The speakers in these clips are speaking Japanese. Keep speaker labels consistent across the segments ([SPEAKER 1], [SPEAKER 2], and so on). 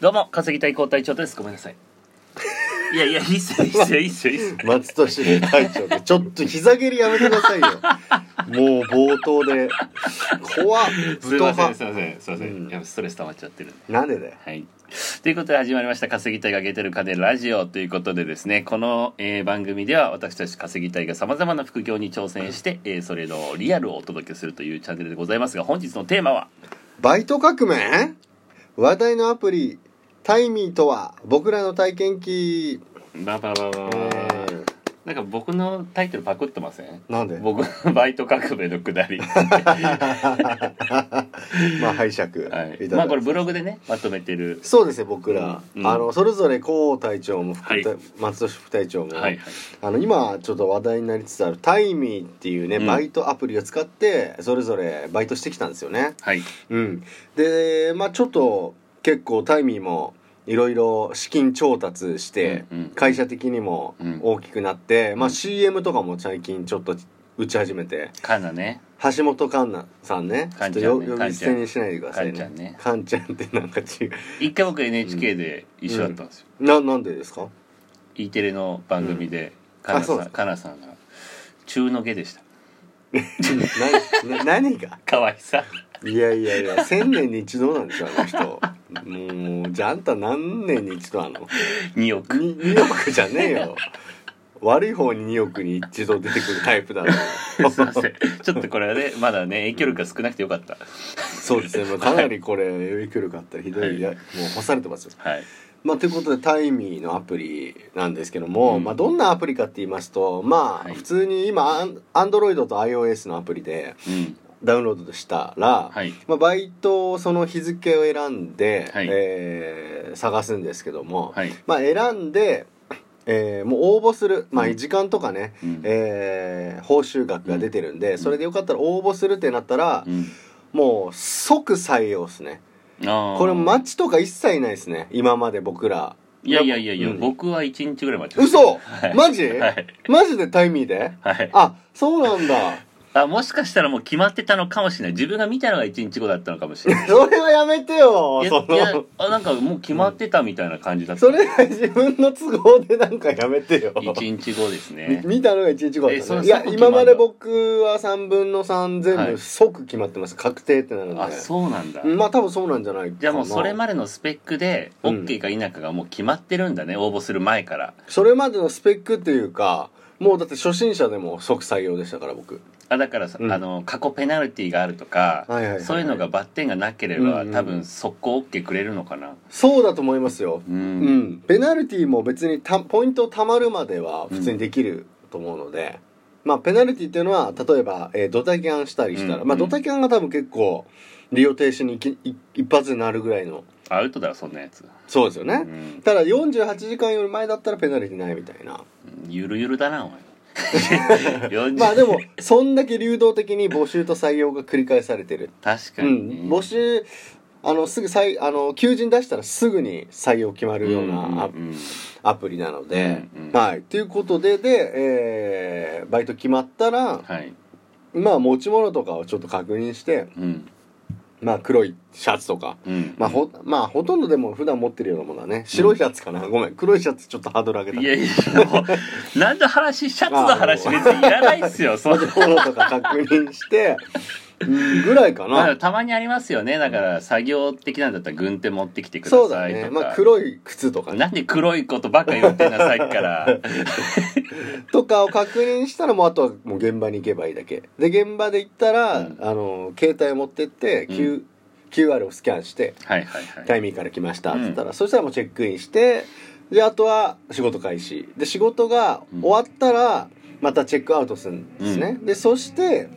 [SPEAKER 1] どうも稼ぎたい高隊長ですごめんなさいいやいやいいっすよいいっすよいいっすよいいっすよ
[SPEAKER 2] 松戸市議会長でちょっと膝蹴りやめてくださいよもう冒頭で怖っ
[SPEAKER 1] すいませ
[SPEAKER 2] 太派
[SPEAKER 1] んすいませんすいません、
[SPEAKER 2] うん
[SPEAKER 1] やっぱストレス溜まっちゃってるんで
[SPEAKER 2] なんでだよ
[SPEAKER 1] はい。ということで始まりました「稼ぎたいがゲてる家電ラジオ」ということでですねこの、えー番組では私たち稼ぎたいがさまざまな副業に挑戦して、えーそれのリアルをお届けするというチャンネルでございますが本日のテーマは
[SPEAKER 2] バイト革命話題のアプリタイミーとは僕らの体験記、
[SPEAKER 1] バババババ
[SPEAKER 2] えー
[SPEAKER 1] なんか僕のタイトルパクってません
[SPEAKER 2] なんで
[SPEAKER 1] 僕のバイト革命のくだり
[SPEAKER 2] まあ拝借いた
[SPEAKER 1] は
[SPEAKER 2] だいて
[SPEAKER 1] い、まあこれブログでねまとめてる
[SPEAKER 2] そうですね僕ら、
[SPEAKER 1] うん
[SPEAKER 2] あのそれぞれ広報隊長も副隊、
[SPEAKER 1] はい
[SPEAKER 2] 松戸市副隊長も、
[SPEAKER 1] はいはい
[SPEAKER 2] あの今ちょっと話題になりつつあるタイミーっていうね、
[SPEAKER 1] うん
[SPEAKER 2] バイトアプリを使ってそれぞれバイトしてきたんですよね
[SPEAKER 1] はい
[SPEAKER 2] うんでまあちょっと結構タイミーもいろいろ資金調達して、
[SPEAKER 1] うんうん
[SPEAKER 2] 会社的にも
[SPEAKER 1] うん
[SPEAKER 2] 大きくなって、ま
[SPEAKER 1] う
[SPEAKER 2] あ、
[SPEAKER 1] ん
[SPEAKER 2] CM とかも最近ちょっと打ち始めて
[SPEAKER 1] カナね
[SPEAKER 2] 橋本環奈さんねちょ
[SPEAKER 1] カ
[SPEAKER 2] っ
[SPEAKER 1] ン
[SPEAKER 2] と
[SPEAKER 1] ちゃん
[SPEAKER 2] よ
[SPEAKER 1] ね
[SPEAKER 2] 呼び捨てにしないでくださ
[SPEAKER 1] カ
[SPEAKER 2] い
[SPEAKER 1] ンちゃん
[SPEAKER 2] ね
[SPEAKER 1] ね
[SPEAKER 2] カンちゃんってなんか違う
[SPEAKER 1] 一回僕 NHK で一緒だったんですよ、
[SPEAKER 2] ななんでですか
[SPEAKER 1] E テレの番組で、カ
[SPEAKER 2] あ
[SPEAKER 1] ナさ
[SPEAKER 2] そうです
[SPEAKER 1] んカナさんが中の下でした
[SPEAKER 2] なな何が
[SPEAKER 1] 可愛さ
[SPEAKER 2] いやいやいや千年に一度なんですよあの人もうじゃああんた何年に一度なの
[SPEAKER 1] 2億
[SPEAKER 2] に2億じゃねえよ悪い方に2億に一度出てくるタイプだろ
[SPEAKER 1] すいません ちょっとこれはねまだね影響力が少なくてよかった
[SPEAKER 2] そうですねもうかなりこれ影響力あったらひどい、
[SPEAKER 1] はい
[SPEAKER 2] いやもう干されてますよ
[SPEAKER 1] はい
[SPEAKER 2] まあ、ということでタイミーのアプリなんですけど
[SPEAKER 1] う
[SPEAKER 2] も、
[SPEAKER 1] ん
[SPEAKER 2] まあ、どんなアプリかって言いますとまあ、
[SPEAKER 1] はい
[SPEAKER 2] 普通に今アンアンドロイドと iOS のアプリで
[SPEAKER 1] うん
[SPEAKER 2] ダウンロードしたら、
[SPEAKER 1] はい
[SPEAKER 2] まあ、バイトその日付を選んで、
[SPEAKER 1] はい
[SPEAKER 2] えー探すんですけども、
[SPEAKER 1] はい、
[SPEAKER 2] まあ、選んで、えーもう応募する、まあ、時間とかね、
[SPEAKER 1] うん
[SPEAKER 2] えー報酬額が出てるんで、それでよかったら応募するってなったら、
[SPEAKER 1] うん
[SPEAKER 2] もう即採用ですね
[SPEAKER 1] あー
[SPEAKER 2] これマッチとか一切ないですね今まで僕ら
[SPEAKER 1] いやいやいやいや、
[SPEAKER 2] うん
[SPEAKER 1] 僕は1日ぐらい待ってました
[SPEAKER 2] 嘘
[SPEAKER 1] はい
[SPEAKER 2] マジ、
[SPEAKER 1] はい
[SPEAKER 2] マジでタイミーで
[SPEAKER 1] はい
[SPEAKER 2] あそうなんだ
[SPEAKER 1] あもしかしたらもう決まってたのかもしれない自分が見たのが1日後だったのかもしれない
[SPEAKER 2] それはやめてよ
[SPEAKER 1] いや
[SPEAKER 2] そ
[SPEAKER 1] いや
[SPEAKER 2] の
[SPEAKER 1] あなんかもう決まってたみたいな感じだった
[SPEAKER 2] それは自分の都合でなんかやめてよ
[SPEAKER 1] 1日後ですね
[SPEAKER 2] み見たのが1日後だっ
[SPEAKER 1] え
[SPEAKER 2] た
[SPEAKER 1] そ
[SPEAKER 2] ね
[SPEAKER 1] の
[SPEAKER 2] いや
[SPEAKER 1] 即決
[SPEAKER 2] 今
[SPEAKER 1] まんの
[SPEAKER 2] まで僕は3分の3全
[SPEAKER 1] は
[SPEAKER 2] 部
[SPEAKER 1] い
[SPEAKER 2] 即決まってます、確定ってなるんで
[SPEAKER 1] あそうなんだ、
[SPEAKER 2] まあ多分そうなんじゃないかな
[SPEAKER 1] じゃあもうそれまでのスペックで
[SPEAKER 2] うん
[SPEAKER 1] OK か否かがもう決まってるんだね、応募する前から
[SPEAKER 2] それまでのスペックっていうかもうだって初心者でも即採用でしたから僕
[SPEAKER 1] あだからさ、
[SPEAKER 2] うん
[SPEAKER 1] あの過去ペナルティがあるとか、
[SPEAKER 2] はいはいはい
[SPEAKER 1] そういうのがバッテンがなけれ
[SPEAKER 2] うんう
[SPEAKER 1] ば、
[SPEAKER 2] んうん
[SPEAKER 1] 多分速攻 OK くれるのかな
[SPEAKER 2] そうだと思いますよ
[SPEAKER 1] うん、
[SPEAKER 2] うん、ペナルティも別にたポイントを貯まるまでは普通にできると思うので、まあペナルティっていうのは例えば、えードタキャンしたりしたら、
[SPEAKER 1] うん
[SPEAKER 2] まあドタキャンが多分結構利用停止にいきい一発になるぐらいの
[SPEAKER 1] アウトだよそんなやつ、
[SPEAKER 2] そうですよ
[SPEAKER 1] う
[SPEAKER 2] ね、
[SPEAKER 1] ん、
[SPEAKER 2] ただ48時間より前だったらペナルティないみたいな
[SPEAKER 1] ゆるゆるだなお前 40
[SPEAKER 2] まあでもそんだけ流動的に募集と採用が繰り返されてる、
[SPEAKER 1] 確か
[SPEAKER 2] う
[SPEAKER 1] に
[SPEAKER 2] ん
[SPEAKER 1] ね、
[SPEAKER 2] 募集あのすぐ採あの求人出したらすぐに採用決まるようなア
[SPEAKER 1] うんうんうん
[SPEAKER 2] アプリなので、
[SPEAKER 1] うんうん
[SPEAKER 2] はいということでで、えーバイト決まったら
[SPEAKER 1] はい、
[SPEAKER 2] まあ持ち物とかをちょっと確認して
[SPEAKER 1] うん
[SPEAKER 2] まあ黒いシャツとか
[SPEAKER 1] うん、
[SPEAKER 2] まあほ,、まあ、ほとんどでも普段持ってるようなものはね白いシャツかな、ごめん黒いシャツちょっとハードル上げた
[SPEAKER 1] いやいやもう何の話シャツの話別にいらないっすよそんな
[SPEAKER 2] 持ち物とか確認してうんぐらいか
[SPEAKER 1] まあ、
[SPEAKER 2] な
[SPEAKER 1] たまにありますよねだから作業的なんだったら軍手持ってきてくださいと
[SPEAKER 2] そう
[SPEAKER 1] か
[SPEAKER 2] だねまあ黒い靴とかね
[SPEAKER 1] なんで黒いことばっか言ってんなさっき から
[SPEAKER 2] とかを確認したらもうあとはもう現場に行けばいいだけで現場で行ったら、
[SPEAKER 1] うん
[SPEAKER 2] あの携帯を持ってって、Q QR をスキャンして
[SPEAKER 1] はいはいはい
[SPEAKER 2] タイミーから来ましたっ
[SPEAKER 1] うん
[SPEAKER 2] つったら、そしたらもうチェックインしてであとは仕事開始で仕事が終わったらまたチェックアウトするんですね、でそして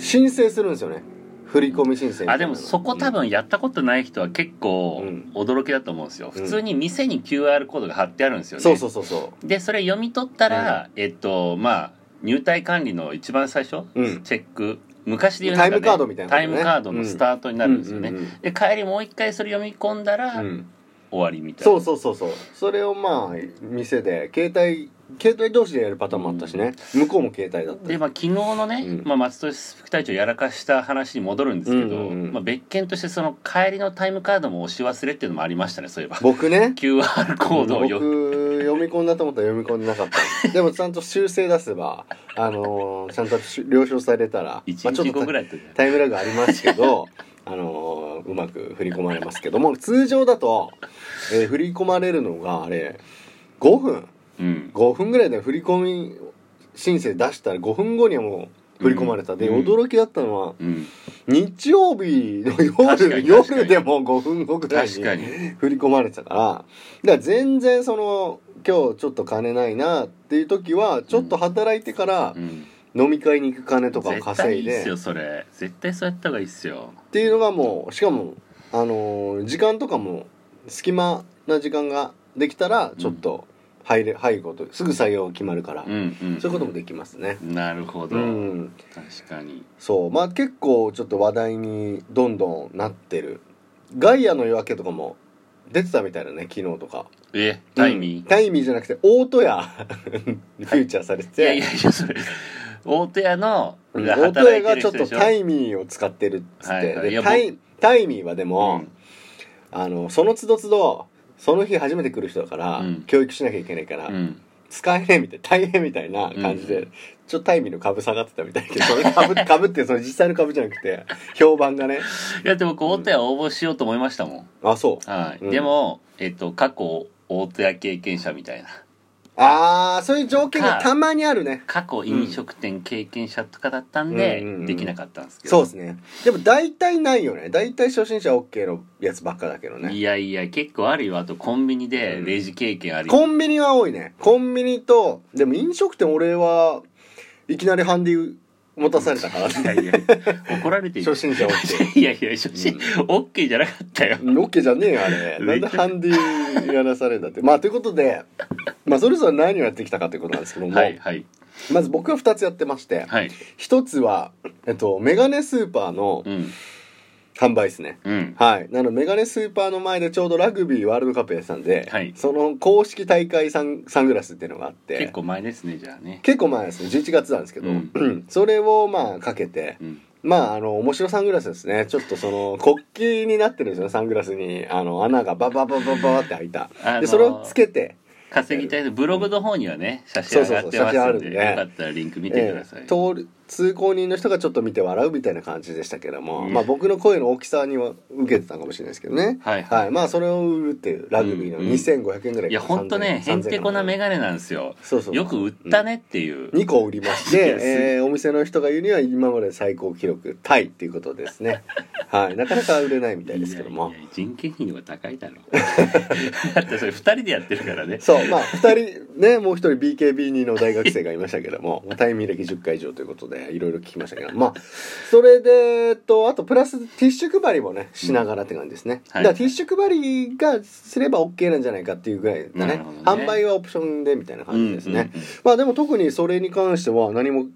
[SPEAKER 2] 申請するんですよね振り込み申請みたいなの
[SPEAKER 1] あでもそこ多分やったことない人は結構
[SPEAKER 2] うん
[SPEAKER 1] 驚きだと思うんですよ
[SPEAKER 2] うん
[SPEAKER 1] 普通に店に QR コードが貼ってあるんですよね
[SPEAKER 2] そうそうそうそ
[SPEAKER 1] でそれ読み取ったら、えっとまあ入隊管理の一番最初、
[SPEAKER 2] うん
[SPEAKER 1] チェック昔で言うなんか、ね、
[SPEAKER 2] タイムカードみたいなこと
[SPEAKER 1] タ
[SPEAKER 2] ね
[SPEAKER 1] イムカードのスタートに
[SPEAKER 2] う
[SPEAKER 1] なるんですよね、
[SPEAKER 2] うんうんうん
[SPEAKER 1] で帰りもう一回それ読み込んだら、
[SPEAKER 2] うん
[SPEAKER 1] 終わりみたいな
[SPEAKER 2] そうそうそうそうそれをまあ店で携帯携帯同士でやるパターンもあったしね、向こうも携帯だった
[SPEAKER 1] でまあ昨日のね、
[SPEAKER 2] うん
[SPEAKER 1] まあ、松戸副隊長やらかした話に戻るんですけど、
[SPEAKER 2] うんうんうん
[SPEAKER 1] まあ、別件としてその帰りのタイムカードも押し忘れっていうのもありましたねそういえば
[SPEAKER 2] 僕ね
[SPEAKER 1] QR コードを
[SPEAKER 2] 僕
[SPEAKER 1] よく
[SPEAKER 2] 読み込んだと思ったら読み込んでなかったでもちゃんと修正出せばあのーちゃんとし了承されたらまあ
[SPEAKER 1] 1
[SPEAKER 2] ちょっ
[SPEAKER 1] 日
[SPEAKER 2] と
[SPEAKER 1] 後ぐらいだったんじゃない
[SPEAKER 2] タイムラグありますけど あのーうまく振り込まれますけども通常だと、えー振り込まれるのがあれ5分
[SPEAKER 1] うん
[SPEAKER 2] 5分ぐらいで振り込み申請出したら5分後にはもう振り込まれた、で
[SPEAKER 1] うん
[SPEAKER 2] 驚きだったのは
[SPEAKER 1] うん
[SPEAKER 2] 日曜日の
[SPEAKER 1] 確か
[SPEAKER 2] 夜
[SPEAKER 1] に確かに
[SPEAKER 2] 夜でも5分後ぐらいに
[SPEAKER 1] 確か
[SPEAKER 2] 振
[SPEAKER 1] に
[SPEAKER 2] り込まれてたからだから全然その今日ちょっと金ないなっていう時はちょっと働いてから
[SPEAKER 1] うん
[SPEAKER 2] 飲み会に行く金とかを
[SPEAKER 1] 絶
[SPEAKER 2] 稼
[SPEAKER 1] 対い
[SPEAKER 2] い
[SPEAKER 1] いっ
[SPEAKER 2] です
[SPEAKER 1] よそれ絶対そうやった方がいいっすよ
[SPEAKER 2] っていうのがもうしかも、あのー時間とかも隙間な時間ができたらちょっと入れ、入ることすぐ採用決まるから、
[SPEAKER 1] うんうん
[SPEAKER 2] そういうこともできますね。
[SPEAKER 1] なるほど、
[SPEAKER 2] うん、
[SPEAKER 1] 確かに
[SPEAKER 2] そうまあ結構ちょっと話題にどんどんなってるガイアの夜明けとかも出てたみたいだね昨日とか
[SPEAKER 1] えタイミー、
[SPEAKER 2] うんタイミーじゃなくて大 戸屋フューチャーされて
[SPEAKER 1] いやい
[SPEAKER 2] て
[SPEAKER 1] やいやそれ大手屋の
[SPEAKER 2] うん大戸屋
[SPEAKER 1] いて
[SPEAKER 2] が
[SPEAKER 1] る
[SPEAKER 2] ちょ
[SPEAKER 1] 人
[SPEAKER 2] っ
[SPEAKER 1] で
[SPEAKER 2] と
[SPEAKER 1] しょ
[SPEAKER 2] タイミーを使ってるっつっ
[SPEAKER 1] はい
[SPEAKER 2] て
[SPEAKER 1] はいい
[SPEAKER 2] で
[SPEAKER 1] や
[SPEAKER 2] タイタイミーはでも、
[SPEAKER 1] うん
[SPEAKER 2] あのその都度都度その日初めて来る人だから、
[SPEAKER 1] うん
[SPEAKER 2] 教育しなきゃいけないから、
[SPEAKER 1] うん
[SPEAKER 2] 使えねえみたい大変みたいな感じで、
[SPEAKER 1] うん
[SPEAKER 2] ちょっとタイミーの株下がってたみたいだけどそれ株株ってその実際の株じゃなくて評判がね
[SPEAKER 1] いやでも僕大手屋応募しようと思いましたもん、
[SPEAKER 2] あそう
[SPEAKER 1] はい、
[SPEAKER 2] うん
[SPEAKER 1] でも、えっと、過去大手屋経験者みたいな
[SPEAKER 2] ああそういう条件がたまにあるね
[SPEAKER 1] 過去飲食店経験者とかだったんで、
[SPEAKER 2] うんうんうん
[SPEAKER 1] できなかったんですけ
[SPEAKER 2] そう
[SPEAKER 1] ど、
[SPEAKER 2] ですねでも大体ないよね大体初心者 OK のやつばっかだけどね
[SPEAKER 1] いやいや結構あるよあとコンビニで
[SPEAKER 2] うん
[SPEAKER 1] レジ経験あり、
[SPEAKER 2] コンビニは多いねコンビニとでも飲食店俺はいきなりハンディ持たされたから
[SPEAKER 1] いや
[SPEAKER 2] ね
[SPEAKER 1] いや 怒られてる
[SPEAKER 2] 初心者 OK
[SPEAKER 1] いやいや初心、オッケーじゃなかったよ、
[SPEAKER 2] オッケーじゃねえよあ れなんでハンディやらされんだってまあということで、まあ、それぞれ何をやってきたかということなんですけども、
[SPEAKER 1] はいはい
[SPEAKER 2] まず僕は2つやってまして
[SPEAKER 1] はい
[SPEAKER 2] 1つは、えっと、メガネスーパーの
[SPEAKER 1] うん
[SPEAKER 2] 販売ですね、
[SPEAKER 1] うん
[SPEAKER 2] はい、なのでメガネスーパーの前でちょうどラグビーワールドカップやってたんで、
[SPEAKER 1] はい
[SPEAKER 2] その公式大会サンサングラスっていうのがあって
[SPEAKER 1] 結構前ですねじゃあね
[SPEAKER 2] 結構前ですね11月なんですけど、
[SPEAKER 1] うん
[SPEAKER 2] それをまあかけて
[SPEAKER 1] うん
[SPEAKER 2] まああの面白サングラスですねちょっとその国旗になってるんですよねサングラスにあの穴がババババババって開いた、
[SPEAKER 1] あのー
[SPEAKER 2] でそれをつけて、
[SPEAKER 1] 稼ぎたいのブログの方にはね写真上がってますんで
[SPEAKER 2] そうそうそう写真あるんで
[SPEAKER 1] よかったらリンク見てください、
[SPEAKER 2] ええ通る通行人の人がちょっと見て笑うみたいな感じでしたけども、
[SPEAKER 1] うん
[SPEAKER 2] まあ僕の声の大きさには受けてたかもしれないですけどね
[SPEAKER 1] はいはい
[SPEAKER 2] はい、まあそれを売るっていうラグビーの
[SPEAKER 1] うんうん
[SPEAKER 2] 2500円ぐらい
[SPEAKER 1] いやほんとねへんてこなメ
[SPEAKER 2] ガ
[SPEAKER 1] ガネなんですよ
[SPEAKER 2] そうそう
[SPEAKER 1] よく売ったねっていう、
[SPEAKER 2] 2個売りま し
[SPEAKER 1] いや
[SPEAKER 2] て
[SPEAKER 1] す、
[SPEAKER 2] えーお店の人が言うには今まで最高記録タイっていうことですねはいなかなか売れないみたいですけども
[SPEAKER 1] いやいや人件費の方が高いだろ だってそれ2人でやってるからね
[SPEAKER 2] そう まあ2人ねもう1人 BKB2 の大学生がいましたけども まあタイミー歴10回以上ということでいろいろ聞きましたけどまあそれでえっとあとプラスティッシュ配りもねしながらって感じですね、
[SPEAKER 1] はい
[SPEAKER 2] だからティッシュ配りがすれば OK なんじゃないかっていうぐらい
[SPEAKER 1] な
[SPEAKER 2] だね
[SPEAKER 1] るほどね
[SPEAKER 2] 販売はオプションでみたいな感じですね、
[SPEAKER 1] うんうんうん
[SPEAKER 2] まあでも特にそれに関しては何も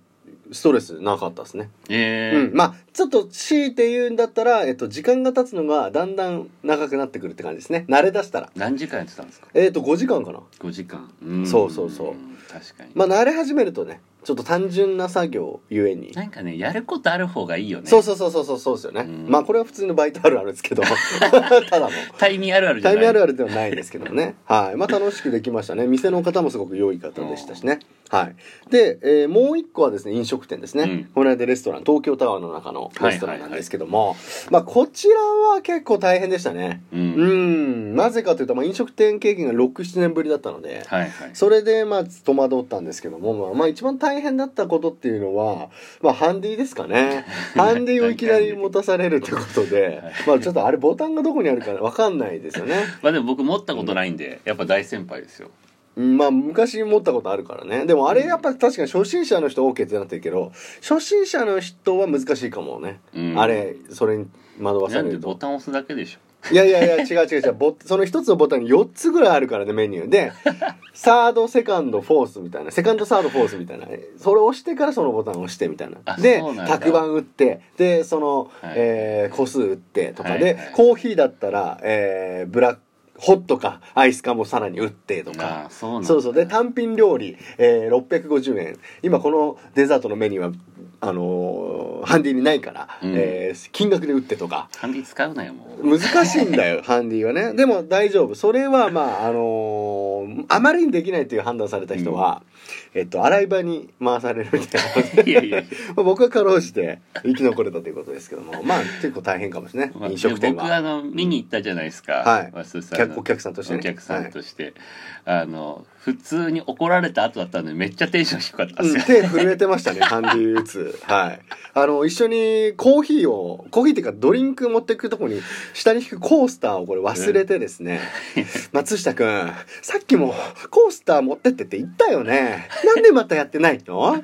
[SPEAKER 2] ストレスなかったですね、
[SPEAKER 1] え
[SPEAKER 2] うん、まあちょっと強いて言うんだったら、えっと、時間が経つのがだんだん長くなってくるって感じですね慣れだしたら
[SPEAKER 1] 何時間やってたんですか
[SPEAKER 2] えっと5時間かな
[SPEAKER 1] 5時間うん
[SPEAKER 2] そうそうそうん
[SPEAKER 1] 確かに、
[SPEAKER 2] まあ慣れ始めるとねちょっと単純な作業ゆえに、
[SPEAKER 1] なんかねやることある方がいいよね
[SPEAKER 2] そうそうそうそうそうそうですよね、
[SPEAKER 1] うん
[SPEAKER 2] まあこれは普通のバイトあるあるです けどただの
[SPEAKER 1] タイミーあるあるじゃ
[SPEAKER 2] タ
[SPEAKER 1] ない
[SPEAKER 2] イムあるあるではないですけどもねはいまあ楽しくできましたね店の方もすごく良い方でしたしねはいで、えーもう一個はですね飲食店ですね、
[SPEAKER 1] うん
[SPEAKER 2] この間レストラン東京タワーの中のレストランなんですけども、まあこちらは結構大変でしたね
[SPEAKER 1] う
[SPEAKER 2] うんんなぜかというと、まあ、飲食店経験が67年ぶりだったので、
[SPEAKER 1] はいはい
[SPEAKER 2] それでまあ戸惑ったんですけども、まあ、まあ一番大変だったことっていうのは、まあ、ハンディですか ねハンディをいきなり持たされるということで
[SPEAKER 1] はい、
[SPEAKER 2] まあ、ちょっとあれボタンがどこにあるか分かんないですよね
[SPEAKER 1] まあでも僕持ったことないんでやっぱ大先輩ですよ
[SPEAKER 2] うんまあ昔持ったことあるからねでもあれやっぱ確かに初心者の人 OK ってなってるけど初心者の人は難しいかもね、
[SPEAKER 1] うん
[SPEAKER 2] あれそれに惑わ
[SPEAKER 1] な
[SPEAKER 2] さ
[SPEAKER 1] ん
[SPEAKER 2] れ
[SPEAKER 1] で
[SPEAKER 2] る
[SPEAKER 1] ボ
[SPEAKER 2] と
[SPEAKER 1] タン押すだけでしょ
[SPEAKER 2] いやいやいや違う違う違うボその一つのボタンに4つぐらいあるからねメニューでサードセカンドフォースみたいなセカンドサードフォースみたいなそれを押してからそのボタンを押してみたいな
[SPEAKER 1] あ
[SPEAKER 2] で
[SPEAKER 1] そうなんだ
[SPEAKER 2] 卓板打ってでその、
[SPEAKER 1] はい
[SPEAKER 2] えー個数打ってとか
[SPEAKER 1] はい
[SPEAKER 2] で、
[SPEAKER 1] はい
[SPEAKER 2] コーヒーだったら、えーブラックホットかアイスかもさらに打ってと
[SPEAKER 1] あ
[SPEAKER 2] か
[SPEAKER 1] あそうなんだ
[SPEAKER 2] そうそうで単品料理、えー、650円今このデザートのメニューはあのーハンディにないから、
[SPEAKER 1] うん
[SPEAKER 2] えー金額で打ってとか
[SPEAKER 1] ハンディ使うなよもう
[SPEAKER 2] 難しいん だよハンディはねでも大丈夫それはまああのーあまりにできないという判断された人は、えっと洗い場に回されるみたい なの で
[SPEAKER 1] いやいやいや
[SPEAKER 2] まあ僕はかろうじて生き残れたということですけどもまあ結構大変かもしれない、
[SPEAKER 1] まあ
[SPEAKER 2] 飲食店は
[SPEAKER 1] 僕あの見に行ったじゃないですか、
[SPEAKER 2] はい
[SPEAKER 1] まあそうそうあの
[SPEAKER 2] 客お客さんとして、ね、
[SPEAKER 1] お客さんとして、あの普通に怒られた後だったんでめっちゃテンション低かった
[SPEAKER 2] う
[SPEAKER 1] です
[SPEAKER 2] ん
[SPEAKER 1] よ、
[SPEAKER 2] 手震えてまし たねハンディ打つはいあの一緒にコーヒーをコーヒーっていうかドリンク持ってくとこに下に引くコースターをこれ忘れてで すね、松下君さっきもコースター持ってってって言ったよねなんでまたやってないの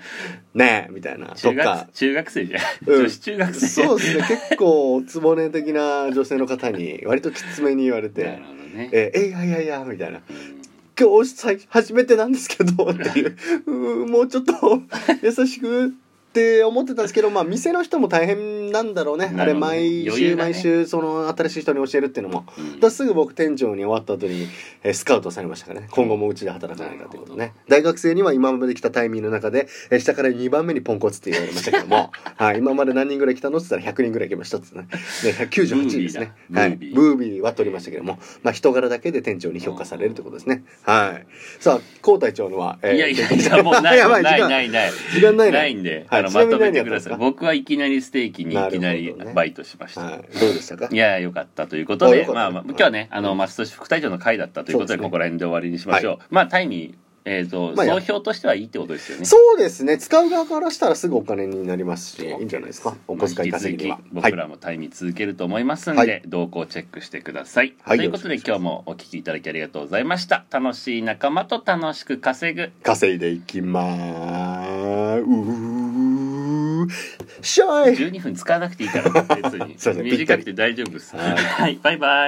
[SPEAKER 2] ねえみたいなと
[SPEAKER 1] 中
[SPEAKER 2] か
[SPEAKER 1] 学中学生じゃん、
[SPEAKER 2] うん
[SPEAKER 1] 女子中学生
[SPEAKER 2] そうですね結構おつぼね的な女性の方に割ときつめに言わ れ
[SPEAKER 1] な
[SPEAKER 2] て
[SPEAKER 1] るほどね
[SPEAKER 2] 「ええいやいやいや」みたいな今日さい初めてなんですけど っていううーもうちょ っと優しくって思ってたんですけどまあ店の人も大変なんだろうねあ
[SPEAKER 1] な
[SPEAKER 2] れ
[SPEAKER 1] るほどね余
[SPEAKER 2] 毎
[SPEAKER 1] 裕
[SPEAKER 2] 週
[SPEAKER 1] がね
[SPEAKER 2] 毎週その新しい人に教えるっていうのも。
[SPEAKER 1] うん
[SPEAKER 2] だからすぐ僕店長に終わった後に、えースカウトされましたからね今後もうちで働かないかということね大学生には今まで来たタイミングの中で、えー下から2番目にポンコツって言われましたけど も、はい、今まで何人ぐらい来たのって言ったら100人ぐらい来ましたっつってねで198位ですね
[SPEAKER 1] ムービーだ
[SPEAKER 2] はい
[SPEAKER 1] ムービー
[SPEAKER 2] ムービーは取りましたけども、まあ、人柄だけで店長に評価されるということですねはいさあ高隊長のは、えー
[SPEAKER 1] いやいやいやもうない
[SPEAKER 2] やばい
[SPEAKER 1] な
[SPEAKER 2] 時
[SPEAKER 1] い
[SPEAKER 2] 間
[SPEAKER 1] ないない
[SPEAKER 2] 時間ないね
[SPEAKER 1] ないんで、
[SPEAKER 2] はい
[SPEAKER 1] あの
[SPEAKER 2] ちな
[SPEAKER 1] ま
[SPEAKER 2] み
[SPEAKER 1] と
[SPEAKER 2] に
[SPEAKER 1] めてく
[SPEAKER 2] 何
[SPEAKER 1] だ
[SPEAKER 2] やったんです
[SPEAKER 1] さ
[SPEAKER 2] か
[SPEAKER 1] い僕はいきなりステーキにいきな
[SPEAKER 2] な
[SPEAKER 1] り
[SPEAKER 2] るほどね
[SPEAKER 1] バイトしました、
[SPEAKER 2] はい、どうでしたか
[SPEAKER 1] いやいやよかったということ
[SPEAKER 2] あ
[SPEAKER 1] で
[SPEAKER 2] よかった
[SPEAKER 1] まあまあ、今日はねあの松戸市副隊長の会だったということで
[SPEAKER 2] そうですね
[SPEAKER 1] ここら辺で終わりにしましょう、まあタイに、えーと
[SPEAKER 2] まあや
[SPEAKER 1] 総評としてはいいってことですよね
[SPEAKER 2] そうですね使う側からしたらすぐお金になりますしいいんじゃないですかお小遣い稼ぎには
[SPEAKER 1] まあ引き続き
[SPEAKER 2] はい
[SPEAKER 1] 僕らもタイミー続けると思いますんで、
[SPEAKER 2] はい
[SPEAKER 1] 動向をチェックしてください、
[SPEAKER 2] はい
[SPEAKER 1] ということで今日もお聞きいただきありがとうございました楽しい仲間と楽しく稼ぐ
[SPEAKER 2] 稼いでいきまーす。しょい
[SPEAKER 1] 12分使わなくていいから別に
[SPEAKER 2] そうですねぴった
[SPEAKER 1] 短
[SPEAKER 2] り
[SPEAKER 1] くて大丈夫です
[SPEAKER 2] はい
[SPEAKER 1] はい、バイバイ